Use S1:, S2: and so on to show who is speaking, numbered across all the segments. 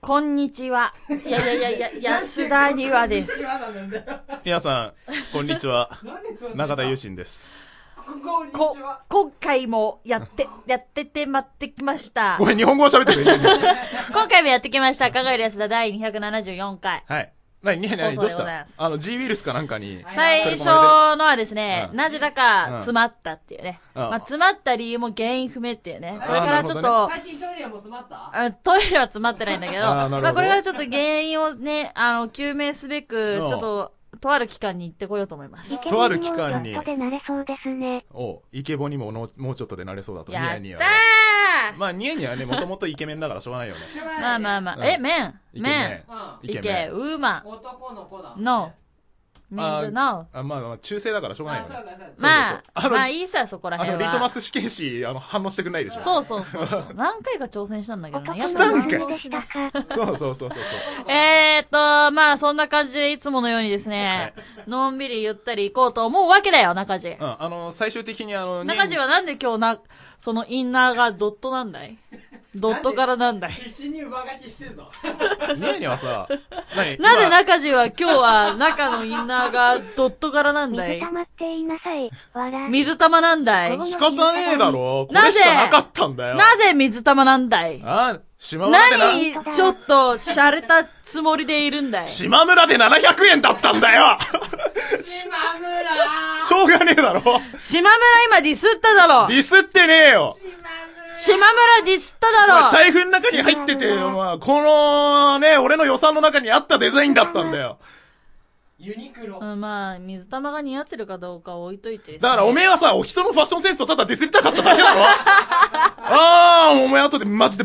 S1: こんにちは。いやいやいやいや、 安田にはです。
S2: 皆さん、こんにちは。中田
S3: 田
S2: 優
S3: 優志。
S2: 心です。
S3: こんにち
S1: こ
S3: は。、
S1: 今回もやって、やってて待ってきました
S2: ご。めん、日本語を喋ってくれ。
S1: 今回もやってきました。考える安田第274回。
S2: はい。なに、なに、なに、
S1: 放
S2: ど
S1: 送
S2: う
S1: で
S2: し
S1: ござい
S2: た
S1: ます
S2: あの、G ウイルスかなんかに。
S1: 最初のはですね、
S2: うん
S1: なぜだ
S2: うん
S1: か詰まったっていうね。
S2: うん
S1: まあ、詰まった理由も原因不明っていうね。
S3: あー
S1: これからちょっ
S2: なる
S1: と、
S3: 最近トイレはもう詰まった
S1: あトイレは詰まってないんだけど、
S2: あーなるほど
S1: まあこれからちょっと原因をね、あの、究明すべく、ち
S2: うん
S1: ょっと、とある機関に行ってこようと思います。
S2: とある期間に
S4: ちょっとで慣れそうですね。
S2: おイケボにもの、もうちょっとでなれそうだと。ニ
S1: や
S2: ヤ
S1: った
S2: ニ
S1: ー
S2: ヤ。まあ、ニヤニヤはね、もともとイケメンだからしょうがないよね。
S1: まあまあ
S2: う
S1: ま
S2: ん
S1: あ、え、麺
S2: イケメ
S1: 麺
S2: イ
S3: う
S1: い
S2: ケメ
S1: け、
S2: ン。
S1: ウーマ
S3: ん。男の子だ。
S1: ン、ノー、
S2: あ
S1: メ
S2: ー
S1: ンズ、ノー。
S2: あまあまあ、中性だからしょうがない
S3: あ、
S2: よ
S3: そう
S2: ね。
S3: かそうか。
S1: ま
S2: そう
S1: あ、
S2: そうそうあの
S1: まあいいさ、そこら
S2: あの、
S1: 辺
S2: リトマ
S1: は。
S2: ス試験紙、あの、反応してくんないでしょ。
S1: そうそうそうそう。何回か挑戦したんだけど ね。やっ
S4: 男
S1: ぱ
S4: と
S2: んかい
S4: 何でしたか。
S2: そうそうそうそうそう。
S1: えーっと、まあそんな感じでいつものようにですね、のんびりゆったり行こうと思うわけだよ、中地。
S2: うん、あの、最終的にあの、
S1: 中地はなんで今日な、そのインナーがドットなんだ いドットからなんだい
S3: 必死に上書きしてる ぞ。
S2: ニヤニヤはさ、なに、
S1: なぜ
S2: 今
S1: 中地は今日は中のインナーがドット柄 なんだ
S4: 水
S1: い
S4: 溜まって言いなさい。笑い。
S1: 水玉なんだい
S2: 仕方ねえだろ。こ
S1: な
S2: れ
S1: ぜ
S2: しかなかったんだよ。
S1: なぜ水玉なんだい
S2: あ、島村でな、
S1: 何ちょっと洒落たつもりでいるんだい
S2: 島村で700円だったんだよ
S3: 島村
S2: しょうがねえだろ
S1: 島村今ディスっただろ
S2: ディスってねえよ
S1: 島村ディスった
S2: お前
S1: だろ
S2: 財布の中に入ってて、お前、このね、俺の予算の中にあったデザインだったんだよ。
S3: ユニクロ。
S1: うんまあ、水玉が似合ってるかどうかは置いといてですね
S2: だからおめえはさ、お人のファッションセンスをただディスりたかっただけだろあー、お前後でマジで、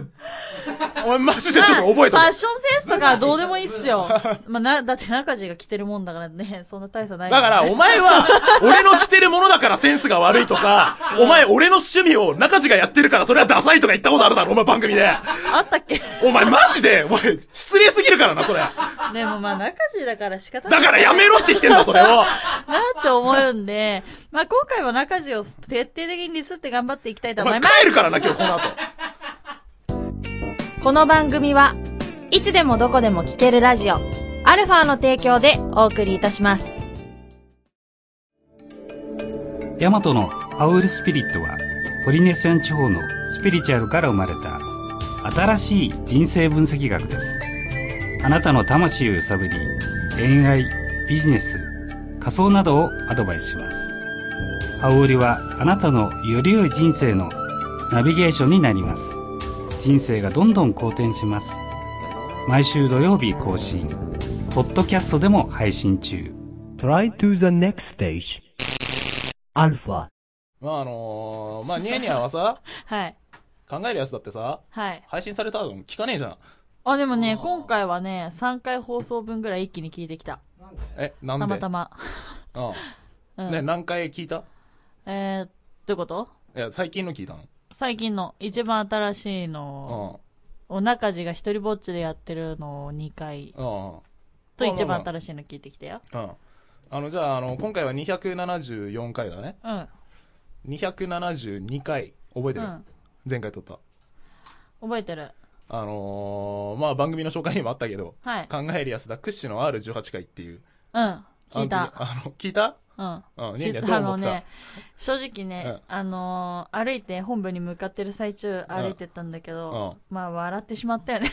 S2: お前マジでちょっと覚え
S1: まあ
S2: た
S1: ファッションセンスとかはどうでもいいっすよ。まあ、な、だって中地が着てるもんだからね、そんな大差ない。
S2: だから、、お前は、俺の着てるものだからセンスが悪いとか、お前、俺の趣味を中地がやってるからそれはダサいとか言ったことあるだろ、お前番組で。
S1: あったっけ
S2: お前、マジで、お前、失礼すぎるからな、それ。だ
S1: でもまあ中地だから仕方ない。
S2: からやめろって言っ てんだ、それを。
S1: なって思うんで、まあ今回は中地を徹底的にリスって頑張っていきたいと
S2: お
S1: 思い
S2: 前、
S1: ます。
S2: 帰るからな、今日、この後。
S1: この番組は、いつでもどこでも聞けるラジオ、アルファの提供でお送りいたします。
S5: ヤマトのアウルスピリットはポリネシアン地方のスピリチュアルから生まれた新しい人生分析学ですあなたの魂を揺さぶり恋愛ビジネス仮想などをアドバイスしますアウルはあなたのより良い人生のナビゲーションになります人生がどんどん好転します毎週土曜日更新ポッドキャストでも配信中
S6: Try to the next stage. Alpha.
S2: まあ、あのー、まあ、ニヤニヤはさ、
S1: はい。
S2: 考えるやつだってさ、
S1: はい。
S2: 配信されたの聞かねえじゃん。
S1: あ、でもね、今回はね、3回放送分ぐらい一気に聞いてきた。
S2: え、な
S1: たまた
S2: ま。
S1: ま。
S2: うん。ね、何回聞いた
S1: えー、どういうこと
S2: いや、最近の聞いた
S1: 最近の、一番新しいの
S2: の。
S1: を、中地が一人ぼっちでやってるのを2回
S2: うん。うん。
S1: と
S2: まあまあ
S1: 一
S2: まあ
S1: 番新しいの聞いてきたよ。
S2: うん。あの、じゃあ、あの、今回は274回だね。
S1: うん。
S2: 272回、覚えて
S1: う
S2: る、
S1: ん。
S2: 前回撮った。
S1: 覚えてる。
S2: あのー、まあ、番組の紹介にもあったけど、
S1: はい
S2: 考えるやつだ、屈指の R18 回っていう。
S1: うん。聞い
S2: あの
S1: た。
S2: あの、聞いた
S1: うん。
S2: うん、ねえ
S1: 聞
S2: ねえ
S1: い
S2: どう
S1: たあ
S2: 思
S1: の
S2: って
S1: ね、正直ね、あのー、歩いて本部に向かってる最中
S2: ん
S1: 歩いてったんだけど、まあ笑ってしまったよ ね。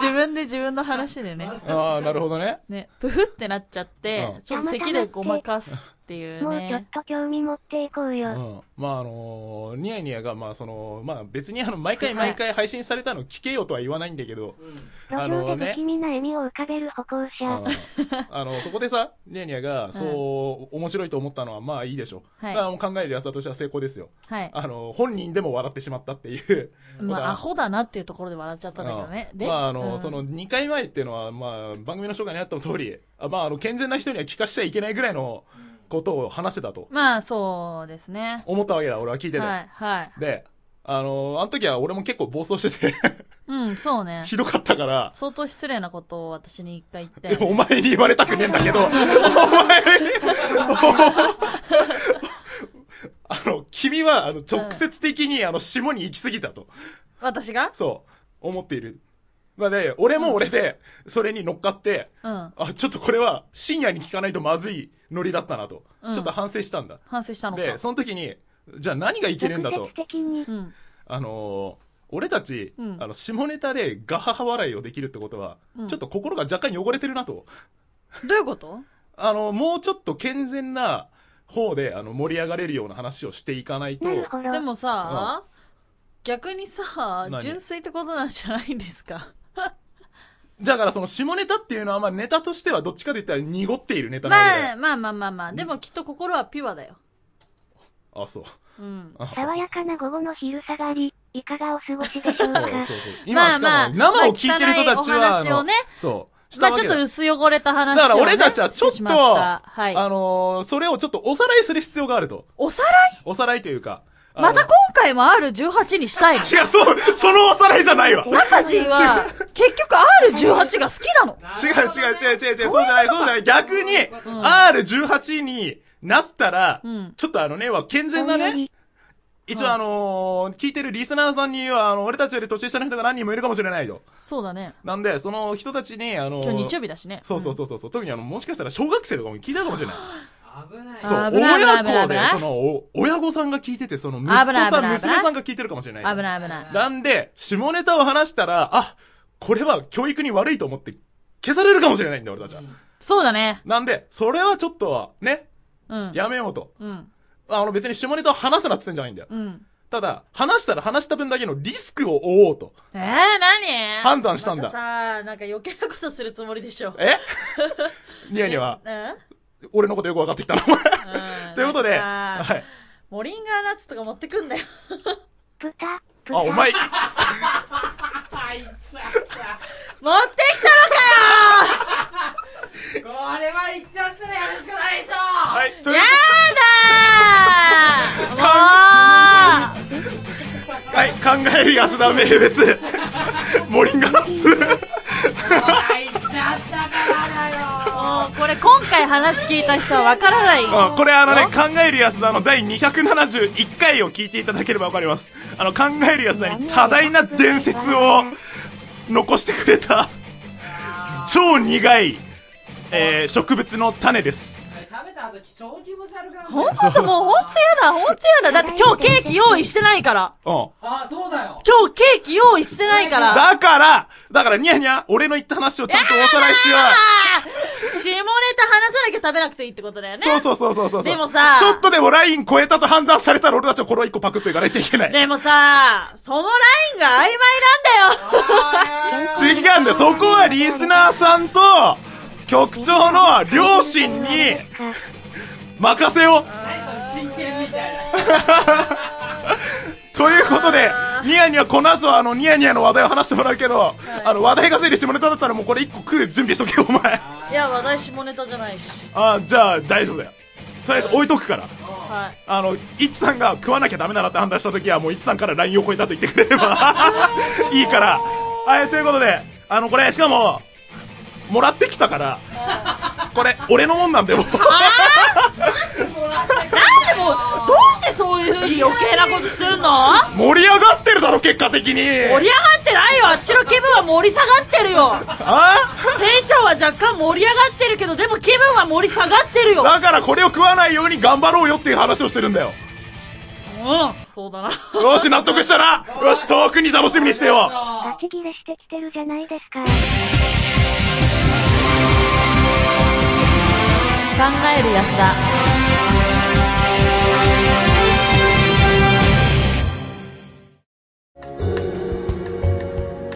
S1: 自分で自分の話でね。
S2: たああ、なるほどね。
S1: ね、プフってなっちゃって
S2: うん、
S1: ちょっと咳でごまかすっていう
S4: もうちょっ
S1: ね。
S4: と興味持っていこう
S2: う
S4: よ。
S2: ん。まあ、あのーニヤニヤが、まあ、その、まあ、別にあの、毎回毎回配信されたの聞けよとは言わないんだけど、
S4: 路
S2: あの
S4: 上で
S2: ね
S4: 不気味な笑みを浮かべる歩行者。
S2: うんあの、そこでさ、ニヤニヤが、そう、面白いと思ったのは、まあいいでしょう。
S1: はい
S2: だからもう考えるやつだとしては成功ですよ。
S1: はい。
S2: あの、本人でも笑ってしまったっていう。
S1: まあ、ア
S2: っ
S1: ホだなっていうところで笑っちゃったんだけどね。で、
S2: まあ、あ
S1: う
S2: の、
S1: ん
S2: その、2回前っていうのは、まあ、番組の紹介にあった通り、あまあ、あの、健全な人には聞かしちゃいけないぐらいのことを話せたと
S1: まあ、そうですね。
S2: 思ったわけだ、俺は聞いてて。
S1: はい、はい。
S2: で、あの、あの時は俺も結構暴走してて、
S1: うん、そうね。
S2: ひどかったから、
S1: 相当失礼なことを私に一回言
S2: いやお
S1: って。
S2: 前に言われたくねえんだけど、 お前、あの、君は、あの、直接的に、あの、下に行き過ぎたと、
S1: 私が
S2: そう、思っている。まあね、俺も俺で、それに乗っかって、
S1: うん
S2: あ、ちょっとこれは深夜に聞かないとまずいノリだったなと、
S1: うん
S2: ちょっと反省したんだ。
S1: 反省したのか。
S2: で、その時に、じゃあ何がいけねえんだと
S4: 直接、的に
S1: う、ん。
S2: あのー俺たち、
S1: うん
S2: あの、下ネタでガハハ笑いをできるってことは、
S1: うん
S2: ちょっと心が若干汚れてるなと。
S1: どういうこと
S2: あの、もうちょっと健全な方で、あの、盛り上がれるような話をしていかないと
S4: な、るほど。
S1: でもさ、逆にさ、
S2: 何
S1: 純粋ってことなんじゃないんですか。
S2: だからその下ネタっていうのは、まあネタとしてはどっちかと言ったら濁っているネタ
S1: ま
S2: なので、
S1: あ、まあまあまあまあ。でもきっと心はピュアだよ。
S2: あ、そう。
S1: うん。
S2: あ
S4: 爽やかな午後の昼下がり、いかがお過ごしでしょう
S2: そ
S4: か
S2: うそうそう。
S1: ま
S2: 今
S1: あ
S2: し
S1: ま
S2: か
S1: あ
S2: も、生を聞いてる人たち
S1: まあ汚いお
S2: は、
S1: 話をね
S2: あのそう。し
S1: ま
S2: た
S1: あち
S2: わけ
S1: ょっと
S2: だ
S1: 薄汚れた話を、ね。
S2: だから俺たちはちょっ
S1: してし
S2: と、
S1: またはい。
S2: あのーそれをちょっとおさらいする必要があると。
S1: おさらい
S2: おさらいというか。あの
S1: また今回も R18 にしたいの
S2: 違う、そう、そのおさらいじゃないわ。違う、
S1: 中地は、結局 R18 が好きなの
S2: 違う、違う、違う、違う、そうじゃない、そうじゃない。逆に、R18 になったら、
S1: うん
S2: ちょっとあのね、は健全な
S4: どんより
S2: ね、一応あのー聞いてるリスナーさんには、あの、俺たちより年下の人が何人もいるかもしれないと。
S1: そうだね。
S2: なんで、その人たちに、あのー
S1: 今日日曜日だしね。
S2: そうそうそうそう、特にあの、もしかしたら小学生とかも聞いたかもしれない。
S3: 危ない。
S2: そう、
S1: 危ない危
S2: 親
S1: ない
S2: 子
S1: 危
S2: で
S1: ない、
S2: その、お親御さんが聞いてて、その、息子
S1: 危ない危
S2: さん、
S1: ない
S2: 娘
S1: 危ない
S2: さんが聞いてるかもしれないから。
S1: 危ない危ない。
S2: なんで、下ネタを話したら、あ、これは教育に悪いと思って消されるかもしれないんだ、俺たちは。
S1: そうだね。
S2: なんで、それはちょっとは、ね、
S1: うん。
S2: やめようと。
S1: うん。
S2: あの別に下ネタを話すなって言ってんじゃないんだよ。
S1: うん。
S2: ただ、話したら話した分だけのリスクを負おうと。
S1: えー、何
S2: 判断したんだ
S1: まさあ、なんか余計なことするつもりでしょ。
S2: えニヤニヤは、
S1: う
S2: 俺のことよく分かってきたな、お前。
S1: ん
S2: ということで、
S1: なんかさ
S2: はい。
S1: モリンガーナッツとか持ってくんだよ。
S4: プタ、プ
S2: あ、お
S4: タ、
S2: 前、
S3: あいっちゃった。
S1: 持ってきたのかよ
S3: これは言っちゃったらやるしかないでしょ
S2: はい、という
S1: やだーもう
S2: はい、考える安田 名物、モリンガナッツ。
S3: ほら言っちゃったからだよ
S1: もうこれ今回話聞いた人はわからない。
S2: うんこれあのね、考える安田の第271回を聞いていただければわかります。あの、考える安田に多大な伝説を残してくれた、超苦い、えー、植物の種です。
S3: 食べた後超気持ち悪くなった
S1: ほんともうほんとやだ、ほんとやだ。だって今日ケーキ用意してないから。
S2: うん。
S3: あそうだよ
S1: 今日ケーキ用意してないから。
S2: だから、だからニヤニヤ、俺の言った話をちゃんとおさらいしよう。
S1: あー下ネタ話さなきゃ食べなくていいってことだよね。
S2: そうそうそうそうそう。
S1: でもさ
S2: ちょっとでもライン超えたと判断されたら俺たちはこれを一個パクっといかないといけない。
S1: でもさ、そのラインが曖昧なんだよ。
S2: 違うんだよそこはリスナーさんと、局長の両親に、任せよう
S3: 何その真剣みたいな
S2: ということで、ニヤニヤ、この後はあの、ニヤニヤの話題を話してもらうけど、あの、話題が整理してもらったんだったらもうこれ一個食う準備しとけよ、お前。
S1: いや、話題下ネタじゃないし。
S2: あじゃあ、大丈夫だよ。とりあえず置いとくから。
S1: はい。
S2: あの、イチさんが食わなきゃダメだなって判断した時は、もうイチさんから LINE を超えたと言ってくれれば、いいから。はい、ということで、あの、これ、しかも、もらってきたから、これ、俺のもんなんで、もう。
S1: でも、どうしてそういう風に余計なことするの
S2: 盛り上がってるだろ、結果的
S1: 盛
S2: に。
S1: り上がってないよ私の気分は盛り下がってるよ
S2: あ
S1: テンションは若干盛り上がってるけどでも気分は盛り下がってるよ
S2: だからこれを食わないように頑張ろうよっていう話をしてるんだよ。
S1: うんそうだな
S2: よし、納得したなよし、遠くに楽しみにしてよ
S4: ガチ切れしてきてるじゃないですか。
S1: 考える安田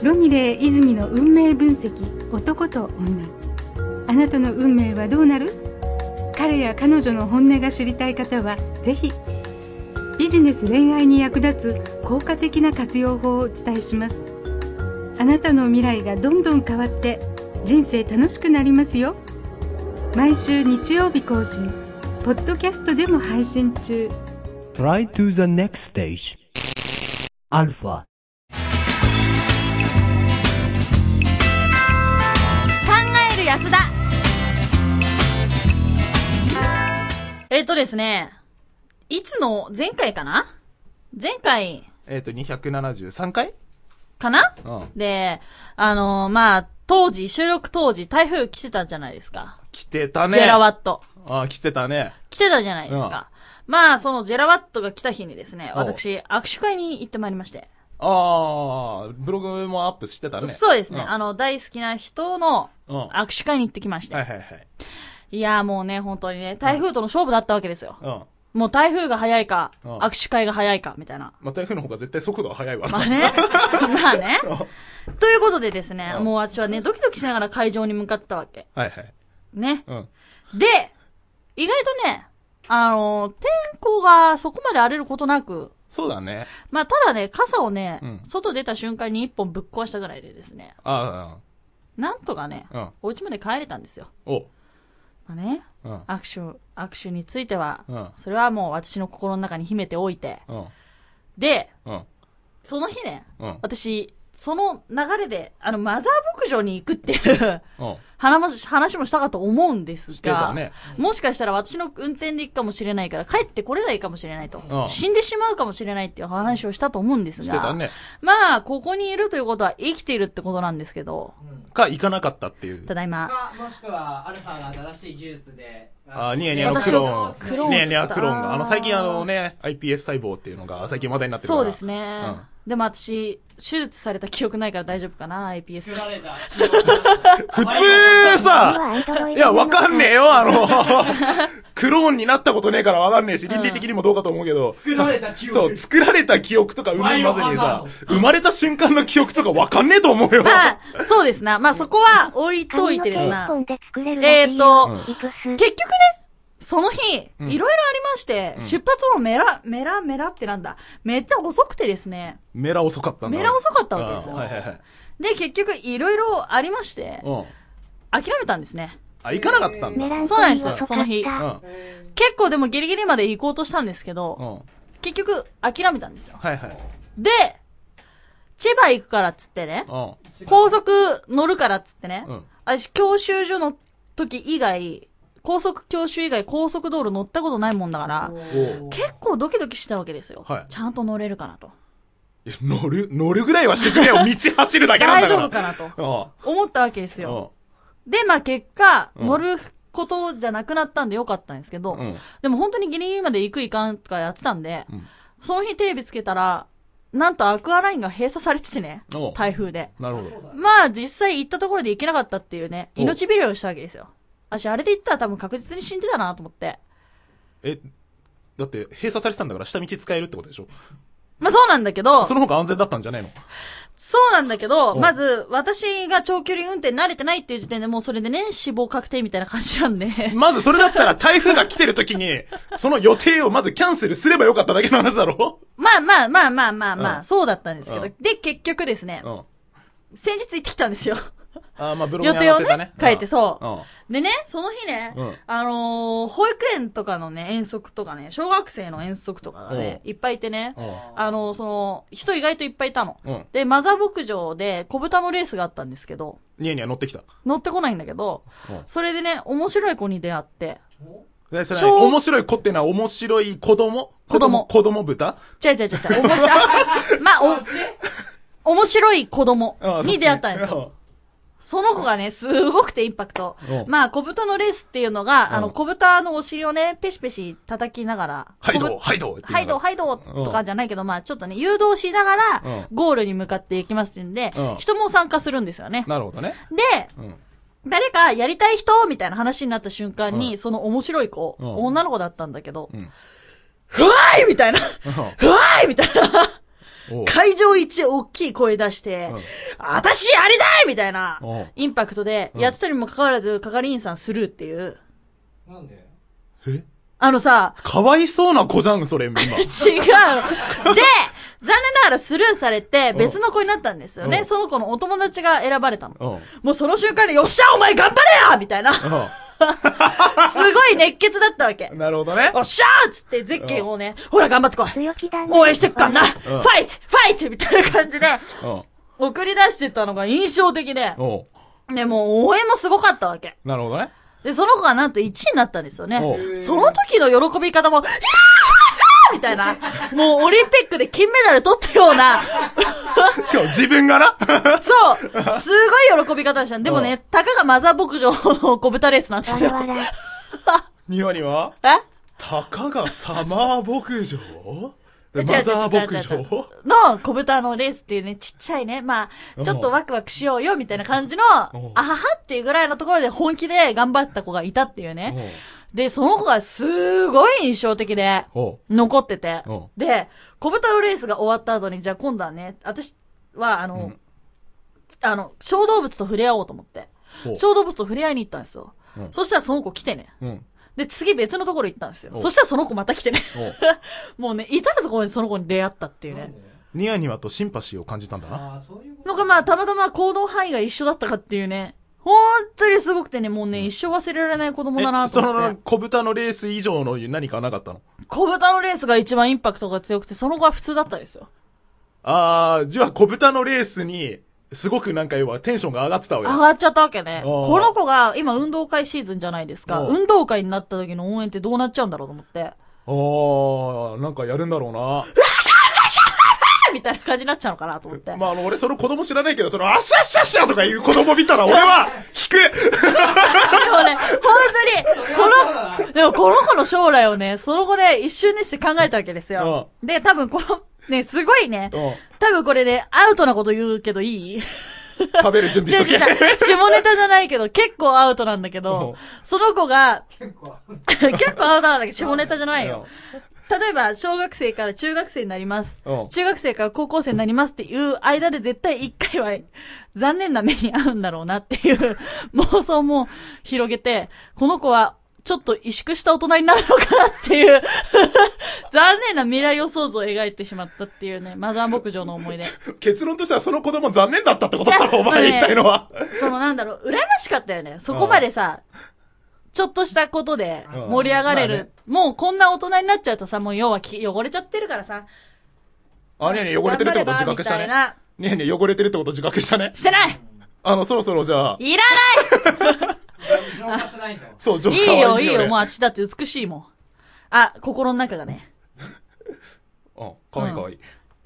S7: ロミレー泉の運命分析男と女あなたの運命はどうなる彼や彼女の本音が知りたい方はぜひビジネス恋愛に役立つ効果的な活用法をお伝えしますあなたの未来がどんどん変わって人生楽しくなりますよ毎週日曜日更新ポッドキャストでも配信中
S6: Try to the next stage. Alpha.
S1: 考える安田えっ、とですねいつの前回かな前回
S2: えっと、273回
S1: かな
S8: うん。
S1: で、あのまあ、当時、収録当時、台風来てたじゃないですか。
S2: 来てた
S1: ジェ
S2: ね。
S1: ラワット。
S2: あ、来てたね。
S1: 来てたじゃないですか。まあ、そのジェラワットが来た日にですね、
S8: お
S1: 私、握手会に行ってまいりまして。
S2: ああ、ブログもアップしてたね。
S1: そうですね、
S2: うん
S1: あの、大好きな人の
S2: うん。は
S1: 握手会に行ってきまし
S2: い
S1: て。
S2: はい
S1: い、
S2: はい。
S1: やーもうね、本当にね、台風との勝負だったわけですよ。
S2: うん。
S1: もう台風が早いか、
S2: うん
S1: 握手会が早いか、みたいな。
S2: まあ、台風の方が絶対速度は速いわな。
S1: まあ ね。まあね。ということでですね、
S2: うん
S1: もう私はね、ドキドキしながら会場に向かってたわけ。
S2: はいはい。
S1: ね。
S2: うん。
S1: で、意外とね、あの、天候がそこまで荒れることなく、
S2: そうだね。
S1: まあ、ただね、傘をね、
S2: うん
S1: 外出た瞬間に一本ぶっ壊したぐらいでですね、
S2: あ
S1: なんとかね、
S2: あ、うん。うん。
S1: お家まで帰れたんですよ。
S2: お
S1: まあね、
S2: うん。
S1: 握手、握手については、
S2: うん
S1: それはもう私の心の中に秘めておいて、
S2: うん。
S1: で、
S2: うん。
S1: その日ね、
S2: うん
S1: 私、その流れで、あの、マザー牧場に行くっていう、
S2: うん。
S1: 話も話もしたかと思うんで
S2: し
S1: す
S2: てた
S1: が、
S2: ね
S1: もしかしたら私の運転で行くかもしれないから、帰ってこれないかもしれないと、
S2: うん
S1: 死んでしまうかもしれないっていう話をしたと思うんです
S2: して
S1: が、
S2: たね。
S1: まあ、ここにいるということは生きているってことなんですけど、
S2: か、行かなかったっていう
S1: た。だいま、
S3: かもしくはアルファが新しい技術で
S2: あー、ニ
S3: え
S2: ヤニ
S3: え
S2: ヤのクローン。
S1: 私はクローンを作った
S2: ニヤニヤクローンが。あの、最近あのね、iPS 細胞っていうのが最近話題になってるから。
S1: そうですね。でも私、手術された記憶ないから大丈夫かな、
S3: 作
S1: iPS。
S3: られた
S2: 普通
S4: 要
S2: さ、
S4: はアイドル
S2: いや、わかんねえよ、あの、 クローンになったことねえからわかんねえし、倫理的にもどうかと思うけど、
S3: 作られた記憶
S2: そう、作られた記憶とか生まれまずにさ
S3: バイオハザ、
S2: 生まれた瞬間の記憶とかわかんねえと思うよ。
S1: まあ、そうですな。まあそこは置いと
S4: 髪
S1: い
S4: の毛
S1: てです
S4: 一
S1: な。
S4: 本で作れる
S1: えーと
S4: ラジオイプス
S1: 結局ね、その日、いろいろありまして、出発もメラ、メラ、メラってなんだ。めっちゃ遅くてですね。
S2: メラ遅かったんだ。
S1: メラ遅かったわけですよ
S2: あーはいはいはい。
S1: で、結局、いろいろありまして、
S2: うん。
S1: 諦めたんですね。
S2: あ、行かなかったん
S4: メ
S2: だ。うん。
S4: ラン
S1: そ
S4: コ
S1: う
S4: リ
S1: な
S4: ーを
S1: んですよ
S4: 溶か
S1: その日
S4: した
S1: 結構でもギリギリまで行こうとしたんですけど、
S2: うん。
S1: 結局、諦めたんですよ。
S2: はいはい。
S1: で、千葉行くからっつってね、
S2: うん。
S1: 高速乗るからっつってね、
S2: うん
S1: 私、教習所の時以外、高速教習以外高速道路乗ったことないもんだから、
S2: おう
S1: 結構ドキドキしてたわけですよ。
S2: はい
S1: ちゃんと乗れるかなと。
S2: いや乗る、乗るぐらいはしてくれよ。道走るだけなん
S1: 大
S2: だか
S1: 丈
S2: ら。
S1: 夫かなと。
S2: 夫
S1: 思ったわけですよ。で、まあ結果、乗ることじゃなくなったんでよかったんですけど、
S2: うん。うん。
S1: でも本当にギリギリまで行く行かんとかやってたんで、
S2: ん
S1: その日テレビつけたら、なんとアクアラインが閉鎖されててね
S2: おう、
S1: 台風で。
S2: なるほど。
S1: まあ実際行ったところで行けなかったっていうね、
S2: お
S1: 命拾いをしたわけですよ。私あれで行ったら多分確実に死んでたなと思って。
S2: え、だって閉鎖されてたんだから下道使えるってことでしょ
S1: まあそうなんだけど、
S2: そ
S1: そ
S2: の方が安全だったんじゃないの
S1: うなんだけど、
S2: お
S1: まず私が長距離運転慣れてないっていう時点でもうそれでね、死亡確定みたいな感じなんで。
S2: まずそれ だったら台風が来てる時に、その予定をまずキャンセルすればよかっただけの話だろ
S1: まあまあまあまあまあまあ、
S2: うん
S1: そうだったんですけど、
S2: うん
S1: で結局ですね、
S2: うん。
S1: 先日行ってきたんですよ。
S2: あーまあブログ
S1: 予
S2: に上
S1: 定
S2: が
S1: を
S2: ってた
S1: ね
S2: ね。、
S1: 変えて、そう。
S2: うん。
S1: でね、その日ね、
S2: うん
S1: あのー保育園とかのね、遠足とかね、小学生の遠足とかがね、いっぱいいてね、
S2: うん
S1: あのーその、人意外といっぱいいたの。
S2: うん
S1: で、マザー牧場で小豚のレースがあったんですけど、
S2: ニヤニヤ乗ってきた。
S1: 乗ってこないんだけど、
S2: うん
S1: それでね、面白い子に出会って、
S2: で、それ
S1: 小
S2: 何面白い子ってのは面白い子供
S1: 子供
S2: 子供豚
S1: ちゃいちゃい ちゃいちゃい、面白い、まあ、お、面白い子供に出会ったんですよ。。その子がね、すごくてインパクト
S2: うん。
S1: まあ、小豚のレースっていうのが、あ
S2: う
S1: の、
S2: ん
S1: 小豚のお尻をね、ペシペシ叩きながら、
S2: はい
S1: 小
S2: ど
S1: ぶ
S2: うはいどう
S1: はいどう、はいどうとかじゃないけど、まあちょっとね、誘導しながら、
S2: う
S1: ゴールに向かっていきますんで、
S2: うん
S1: 人も参加するんですよね。
S2: なるほどね。
S1: で、
S2: うん
S1: 誰かやりたい人みたいな話になった瞬間に、その面白い子、
S2: うん
S1: 女の子だったんだけど、
S2: ん
S1: ふわーいみたいな、ふわーいみたいな、
S2: おう
S1: 会場一大きい声出して、私やりたいみたいな
S2: うん、
S1: インパクトで、やってたにもかかわらず、係員さんスルーっていう、
S3: なんで
S1: あのさ、
S2: かわいそうな子じゃん、それ、 今。
S1: 違うの。で、残念ながらスルーされて別の子になったんですよ
S2: う
S1: ね。
S2: ん
S1: その子のお友達が選ばれたの。
S2: うん。うん。
S1: もうその瞬間に、よっしゃお前頑張れやみたいな。すごい熱血だったわけ。
S2: なるほどね
S1: お。っしゃーっつってゼッケンをね、ほら頑張ってこい
S4: 強気だね
S1: 応援してっからなファイトファイトみたいな感じで、
S2: うん。
S1: 送り出してったのが印象的で、
S2: おう
S1: で、もう応援もすごかったわけ。
S2: なるほどね。
S1: で、その子がなんと1位になったんですよね
S2: おう。
S1: その時の喜び方も、いやーみたいな。もうオリンピックで金メダル取ったような、
S2: しかも自分がな。
S1: そうすごい喜び方でした。でもね、たかがマザー牧場の小豚レースなんです
S4: わら
S1: よ。
S4: わら。
S2: にわには
S1: え
S2: たかがサマー牧場
S1: 違う違う違う違う
S2: マザー牧場
S1: の小豚のレースっていうね、ちっちゃいね、まあ、ちょっとワクワクしようよみたいな感じの、あ
S2: うん
S1: ははっていうぐらいのところで本気で頑張った子がいたっていうね。で、その子がすごい印象的で、
S2: おう
S1: 残ってて
S2: うん。
S1: で、小豚のレースが終わった後に、じゃあ今度はね、私は、あの、
S2: うん
S1: あの、小動物と触れ合おうと思って
S2: ほう。
S1: 小動物と触れ合いに行ったんですよ。
S2: うん
S1: そしたらその子来てね。
S2: うん。
S1: で、次別のところ行ったんですよ。
S2: お
S1: そしたらその子また来てね。 もうね、至るところにその子に出会ったっていうね。
S2: ニヤニワとシンパシーを感じたんだな。
S1: のがまあ、たまたま行動範囲が一緒だったかっていうね。本当にすごくてね、もうね、一生忘れられない子供だな
S2: え
S1: と
S2: そ
S1: 思っ
S2: の
S1: て。
S2: 小豚のレース以上の何かなかったの
S1: 小豚のレースが一番インパクトが強くて、その子は普通だったですよ。
S2: あー、じゃあ小豚のレースに、すごくなんか要はテンションが上がってたわけ
S1: 上
S2: だ。
S1: がっちゃったわけね。
S2: おう
S1: この子が今運動会シーズンじゃないですか。
S2: おう
S1: 運動会になった時の応援ってどうなっちゃうんだろうと思って。
S2: あー、なんかやるんだろうな。
S1: みたいな感じになっちゃうのかなと思って。
S2: まあ、あの、俺、その子供知らないけど、その、あっしゃっしゃっしゃとかいう子供見たら、俺は、引く
S1: でもね、本当に、この、でもこの子の将来をね、その後ね、一瞬にして考えたわけですよ。で、多分この、ね、すごいね、
S2: うん
S1: 多分これね、アウトなこと言うけどいい
S2: 食べる準
S1: じゃじ
S2: 備しと
S1: ゃ
S2: け。
S1: 下ネタじゃないけど、結構アウトなんだけど、その子が、 結構アウトなんだけど、下ネタじゃないよ。例えば、小学生から中学生になります。
S2: うん
S1: 中学生から高校生になりますっていう間で絶対一回は残念な目に遭うんだろうなっていう 妄想も広げて、この子はちょっと萎縮した大人になるのかなっていう 残念な未来予想像を描いてしまったっていうね、マザー牧場の思い出。
S2: 結論としては、その子供残念だったってことだ ろ、お前言いたいのは。
S1: そのなんだろう、羨ましかったよね。そこまでさ、ちょっとしたことで盛り上がれ
S2: まあね
S1: る。もうこんな大人になっちゃうとさ、もう要はき汚れちゃってるからさ。
S2: あ、ねえねえ汚れてるってこと自覚した
S1: 頑張ればみ。た
S2: ね
S1: いな
S2: ねえねえ汚れてるってこと自覚したね。
S1: してない
S2: あの、そろそろじゃあ、
S1: いらない
S3: 浄化しないと。
S2: そう、ジョーカー
S1: いいよ、いいよ、もう
S2: も
S1: あっちだって美しいもん。あ、心の中がね。
S2: う。うん、かわいいかわいい。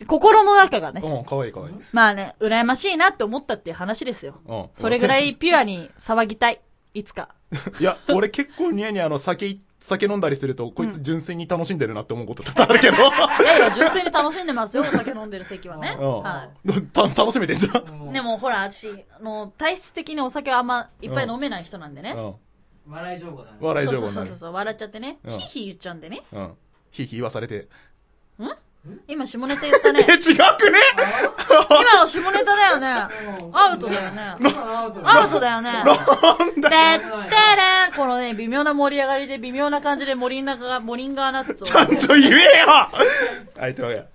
S1: 心の中がね。
S2: うん、かわいいかわいい。
S1: まあね、羨ましいなって思ったっていう話ですよ。
S2: うん
S1: それぐらいピュアに騒ぎたい。いつか。
S2: いや、俺結構ニヤニヤあの、酒、酒飲んだりすると、こいつ純粋に楽しんでるなって思うこと多々あるけ ど。
S1: いやいや、純粋に楽しんでますよ、お酒飲んでる席はね。
S2: うん
S1: は
S2: た楽しめてんじゃん。
S1: い。でもほら、私、あの、体質的にお酒はあんまいっぱい飲めない人なんでね。
S2: うん。
S3: 笑い情報だね。
S2: 笑い上手に
S1: そ
S2: な
S1: う
S2: る
S1: そうそう。そう笑っちゃってね。
S2: うん
S1: ヒーヒー言っちゃうんでね。
S2: うん。ひいひい言わされて。
S1: 今、下ネタ言ったね
S2: え、。違くね
S1: 今の下ネタだよね。アウトだよね。
S3: アウトだ
S1: アウトだよね。
S2: なんだ
S1: てってれんこのね、微妙な盛り上がりで微妙な感じでモリンナが、モリンガーナッツ
S2: ちゃ
S1: を。
S2: んと言えよはい、というわけで。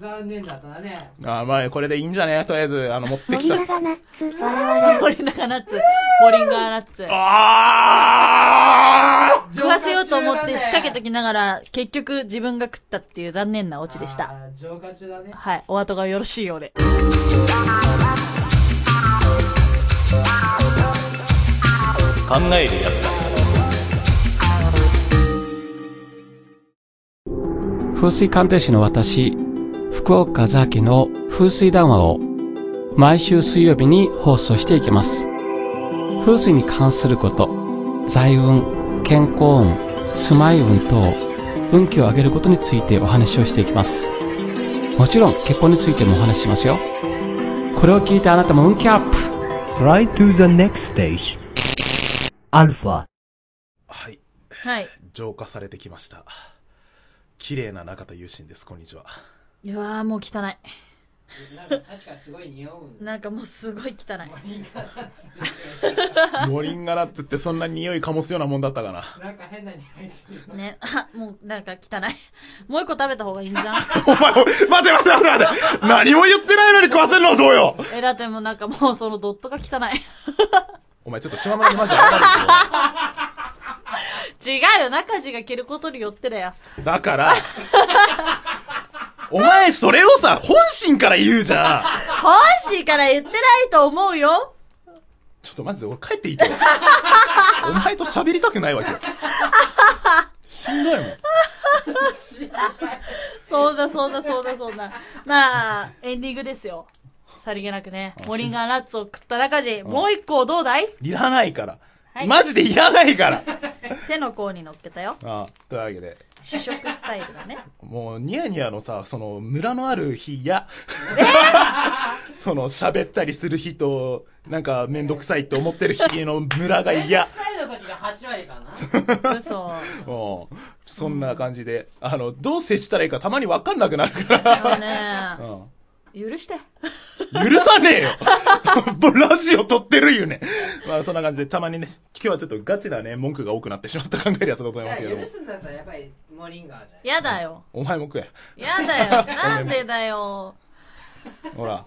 S3: 残念だったね。
S2: あーまあ、これでいいんじゃねとりあえず、あの、持ってき
S4: 森
S2: た。
S4: 永ナッツ、わらわら。
S1: モリンナガナッツ、モリンガーナッツ。
S2: あ
S1: 食わせようと思って仕掛けときながら、結局自分が食ったっていう残念なオチでした。
S3: あー。浄化中だね。
S1: はい。お後がよろしいようで。
S2: 考えるやつだ。
S8: 風水鑑定士の私、福岡ザキの風水談話を毎週水曜日に放送していきます。風水に関すること、財運、健康運、住まい運等、運気を上げることについてお話をしていきます。もちろん結婚についてもお話ししますよ。これを聞いてあなたも運気アップ
S6: Try to the next stage. Alpha.
S2: はい、
S1: はい。
S2: 浄化されてきました。綺麗な中田優心です、こんにちは。
S1: うわーもう汚い。
S3: なんかさっきからすごい匂うんだ。
S1: なんかもうすごい汚い。
S2: モリンガナッツってそんな匂いかもすようなもんだったかな。
S3: なんか変な匂いする。
S1: ね、あ、もうなんか汚い。 もう一個食べた方がいいんじゃん
S2: お前、お待て待て待て待て何も言ってないのに食わせるのはどうよ
S1: え、だってもうなんかもうそのドットが汚い。
S2: お前ちょっと島村にマジで謝る
S1: 違うよ、中地が着ることによってだよ。
S2: けどだから、お前それをさ、本心から言うじゃん
S1: 本心から言ってないと思うよ。
S2: ちょっとマジで俺帰っていいけど。 お前と喋りたくないわけよ。しんどいもん。
S1: そうだそうだそうだそうだ。まあ、エンディングですよ。さりげなくね。森がナッツを食った中地、もう一個どうだい
S2: いらないから。マジでいらないから。
S1: 手の甲に乗っけたよ。
S2: あというわけで。
S1: 試食スタイルだね。
S2: もう、ニヤニヤのさ、その、ムラのある日や、 その、喋ったりする日と、なんか、めんどくさいって思ってる日のムラが嫌。
S3: サイドの時が8割かな。
S1: 嘘。
S2: うん。そんな感じで、あの、どう接したらいいかたまにわかんなくなるか
S1: でも
S2: ら。
S1: ね、
S2: うん
S1: 許して。
S2: 許さねえよもうラジオ撮ってるよね。まあそんな感じで、たまにね、今日はちょっとガチなね、文句が多くなってしまった考えるやつだと思いますけ
S3: じゃ
S2: ど
S3: あ
S2: も
S3: 許。すんだったらやっぱりモリンガーじゃない
S1: やだよ。
S2: お前も食え。
S1: やだよ。なんでだよ。
S2: ほら。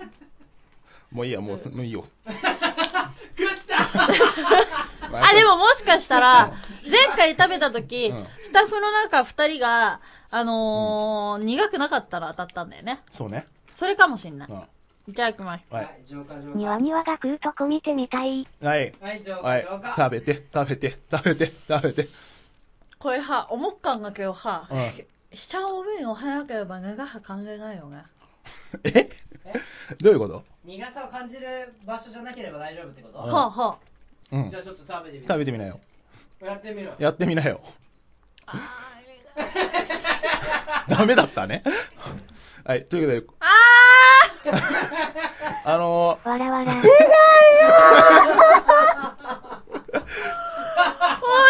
S2: もういいや、もうつ、もういいよ。
S3: 食った
S1: あ、でももしかしたら、前回食べた時
S2: うん、
S1: スタッフの中二人が、あのー、苦くなかったら当たったんだよね。
S2: そうね。
S1: それかもしんない
S2: うん。
S1: いただきます。
S2: は。
S3: はいい、浄化浄
S4: ニ
S3: 化。
S4: ワニワが食うとこ見てみたい。
S2: はい。
S3: はい、浄
S2: は
S3: 化
S2: い
S3: 浄。化。
S2: 食べて、食べて、食べて、食べて。
S1: これは、重っかんがけよは、
S2: うん
S1: 下を見よ早ければ願は考えないよね。
S2: えどういうこと
S3: 苦さを感じる場所じゃなければ大丈夫ってこ
S1: ほう
S3: と
S1: ほう。
S2: うん
S3: じ。ゃあちょっと食べてみる。
S2: 食べてみなよ。
S3: やってみろ。
S2: やってみなよ。ダメだったね。はい。ということで。あああのー、
S4: わら わら。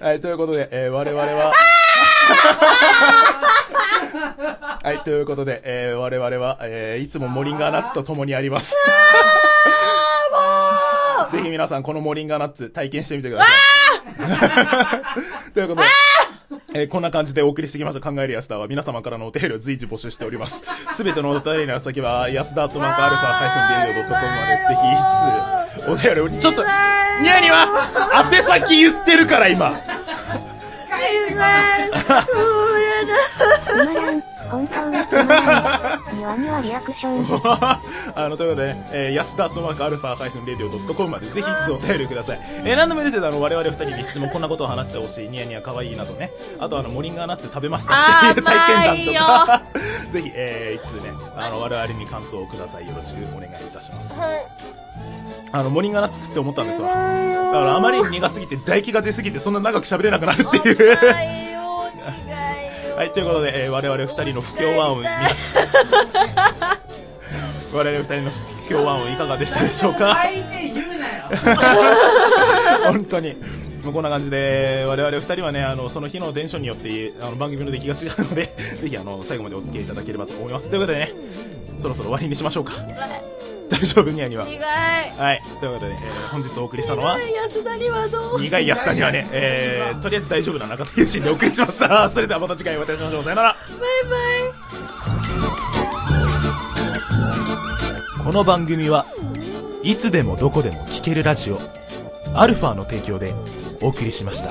S2: はい、ということで、えー我々は、 はい、ということで、えー我々は、えーいつもモリンガーナッツと共にあります。ぜひ皆さん、このモリンガーナッツ体験してみてください。 ということで、えーこんな感じでお送りしてきました考える安田は皆様からのお手入れを随時募集しております。すべてのお便りの宛先は、安田アットマークアルファ -radio.com までぜひ、お便りを、ちょっと、にゃには宛先言ってるから今。
S4: つまらん。本当につまらん。ニワニワリアクション。
S2: あの、ということで、えー、安田とマークアルファハイフンレディオドットコムまでぜひいつお便りください。えー、何でもいいですよ。あの、我々二人に質問、こんなことを話してほしい、ニヤニヤ可愛いなどね。あと、あの、モリンガーナッツ食べましたっていう体験談とか、ぜひ、えー、いつね、あの、我々に感想をください。よろしくお願いいたします。あの、モリンガーナッツ食って思ったんですわ。だから、あまりに苦すぎて、唾液が出すぎて、そんな長く喋れなくなるって いう。はい、ということで、えー我々二人の不協和音に、我々二人の不協和音いかがでしたでしょうか
S3: 相手言うなよ。
S2: 本当に。もうこんな感じで、我々二人はね、あの、その日の電書によって、あの、番組の出来が違うので、 ぜひ、あの、最後までお付き合いいただければと思います。ということでね、そろそろ終わりにしましょうか。大丈夫にゃには。
S1: 意外。
S2: はい。ということで、えー本日お送りしたのは、
S1: 安田にはどう
S2: 苦い安田にはね、えー、とりあえず大丈夫な中田友心でお送りしました。それではまた次回お会いしましょう。さよなら。
S1: バイバイ。
S2: この番組はいつでもどこでも聴けるラジオアルファの提供でお送りしました。